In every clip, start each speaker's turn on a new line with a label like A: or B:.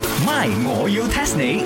A: My，我要 test 你。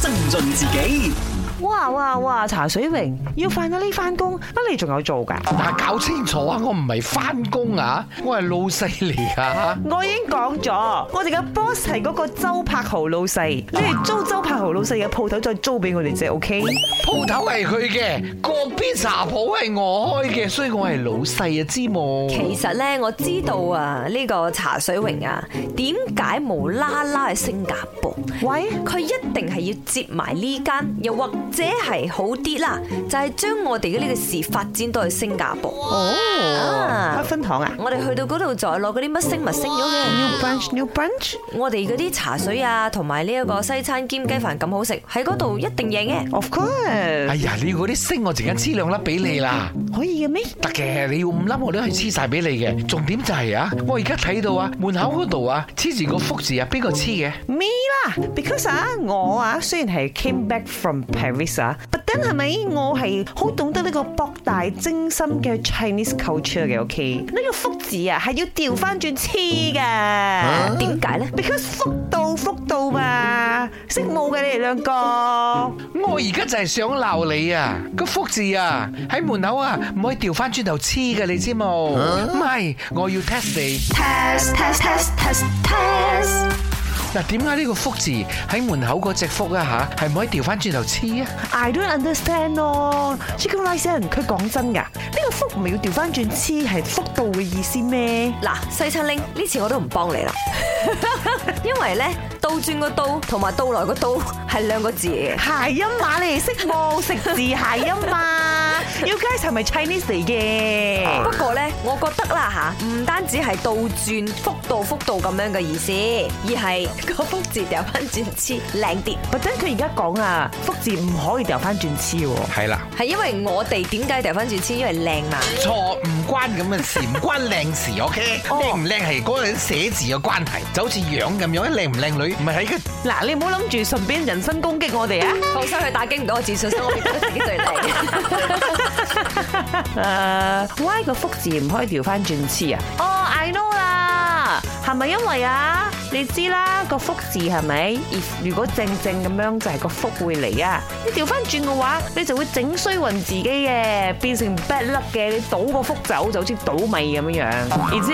A: 增進自己，
B: 哇哇哇！茶水榮要翻到呢翻工，乜你仲有做㗎？
C: 嗱，搞清楚啊！我唔係翻工啊，我係老細嚟噶。
B: 我已經講咗，我哋嘅 boss 係嗰個周柏豪老細，你哋租周柏豪老細嘅鋪頭再租俾我哋啫，OK？
C: 鋪頭係佢嘅，個 pizza 鋪係我開嘅，所以我係老細啊，知冇？
D: 其實咧，我知道啊，呢個茶水榮啊，點解無啦啦去新加坡？
B: 喂，
D: 佢一定係要接埋呢間，又或者係好啲啦，就係將我哋嘅呢個事發展到去新加坡。
B: 開
D: 啊，
B: 分堂啊
D: 我哋去到嗰度再攞嗰啲乜星物星咗嘅，
B: ？New brunch, new brunch，
D: 我哋嗰啲茶水啊，同埋呢一個西餐兼雞飯咁好食，喺嗰度一定贏嘅。
B: of course，
C: 哎呀，你嗰啲星我陣間黐兩粒俾你啦，
B: 可以嘅咩？
C: 得嘅，你要五粒我都係黐晒俾你嘅。重點就係啊，我而家睇到啊，門口嗰度啊，黐住個福字啊，邊個黐嘅？
B: Me 啦，because 啊，我啊雖然係 came back from Paris 啊，but then 係咪我係好懂得呢個博大精深嘅 Chinese culture 嘅？OK，呢個福字啊係要調翻轉黐嘅
D: 點解呢？
B: ，because 福到福到嘛，識冇嘅你哋兩個。
C: 我而家就係想鬧你啊！個福字啊，喺門口啊，唔可以調翻轉頭黐嘅，你知冇？唔係，我要 test 你。
D: test test test test test。
C: 嗱，點解呢個福字喺門口嗰隻福啊嚇，係唔可以調翻轉頭黐啊？
B: I don't understand 咯，Chicken Rice 人佢講真㗎，呢個福唔係要調翻轉黐係福到嘅意思咩？
D: 嗱，西餐拎呢次我都唔幫你啦，因為呢，倒轉個倒同埋到來個到係兩個字嚟嘅。
B: 諧音碼你哋識冇？食字諧音 碼，You guys 係咪 Chinese 嚟嘅？
D: 不過呢，我覺得啦吓，唔單止係倒轉幅度幅度咁樣嘅意思，而係個福字掉翻轉黐靚啲，
B: 不等佢而家講啊，福字唔可以掉翻轉黐喎。
C: 係啦，
D: 係因為我哋點解掉翻轉黐？因為靚嘛。
C: 錯唔關咁嘅事，唔關靚事，OK？靚唔靚係嗰個人寫字嘅關係，就好似樣咁樣，靚唔靚女唔係喺個
B: 嗱，你唔好諗住順便人身攻擊我哋啊
D: 放心，佢打擊唔到我自信心，我哋覺得自己最靚。
B: 啊！誒，why 個福字唔可以調翻轉黐啊？哦，I know 啦，係咪因為啊？你知啦，個福字係咪？If- 如果正正咁樣就係個福會嚟啊！你調翻轉嘅話，你就會整衰運自己嘅，變成 bad luck 嘅。你倒個福走就好似倒米咁樣樣，而知。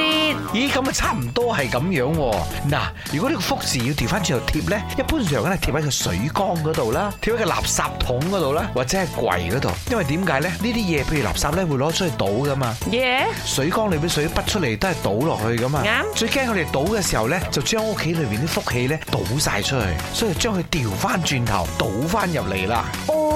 C: 咦，咁啊差唔多係咁樣喎。嗱，如果呢個福字要調翻轉頭貼咧，一般上咧貼喺個水缸嗰度啦，貼喺個垃圾桶嗰度啦，或者係櫃嗰度。因為點解咧？呢啲嘢譬如垃圾咧會攞出去倒噶嘛。
B: 耶！
C: 水缸裏邊水滗出嚟都係倒落去噶嘛，
B: 啱
C: 最驚佢哋倒嘅時候咧，就將屋企裏邊啲福氣咧倒晒出去，所以將佢調翻轉頭倒翻入嚟啦。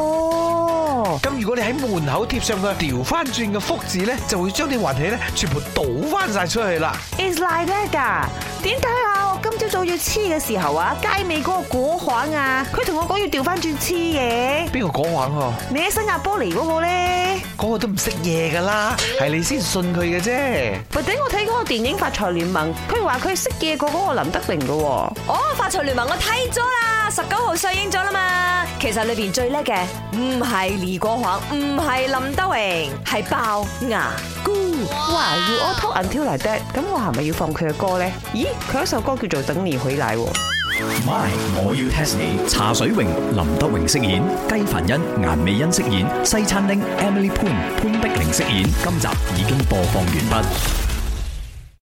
B: 哦，
C: 咁如果你喺門口貼上個調翻轉嘅福字咧，就會將啲運氣咧全部倒翻晒出去啦。
B: It's like that 噶。點解啊？我今朝早要黐嘅時候啊，街尾嗰個果行啊，佢同我講要調翻轉黐嘅。
C: 邊個講玩喎？
B: 你喺新加坡嚟嗰個咧？
C: 嗰個都唔識嘢噶啦，係你先信佢嘅啫。
B: 或者我睇嗰個電影《發財聯盟》，佢話佢識嘢過嗰個林德榮嘅喎。
D: 哦，發財聯盟我睇咗啦，十九號上映咗啦嘛。其實裏邊最叻嘅唔係李國煌，唔係林德榮，係爆牙菇。
B: 哇！You all talk until like that，咁我係咪要放佢嘅歌咧？咦，佢有一首歌叫做《等你回來》喎。
A: My，我要 test 你。茶水榮、林德榮飾演，雞凡欣、顏美欣飾演，西餐廳 Emily Poon 潘碧玲飾演。今集已經播放完畢。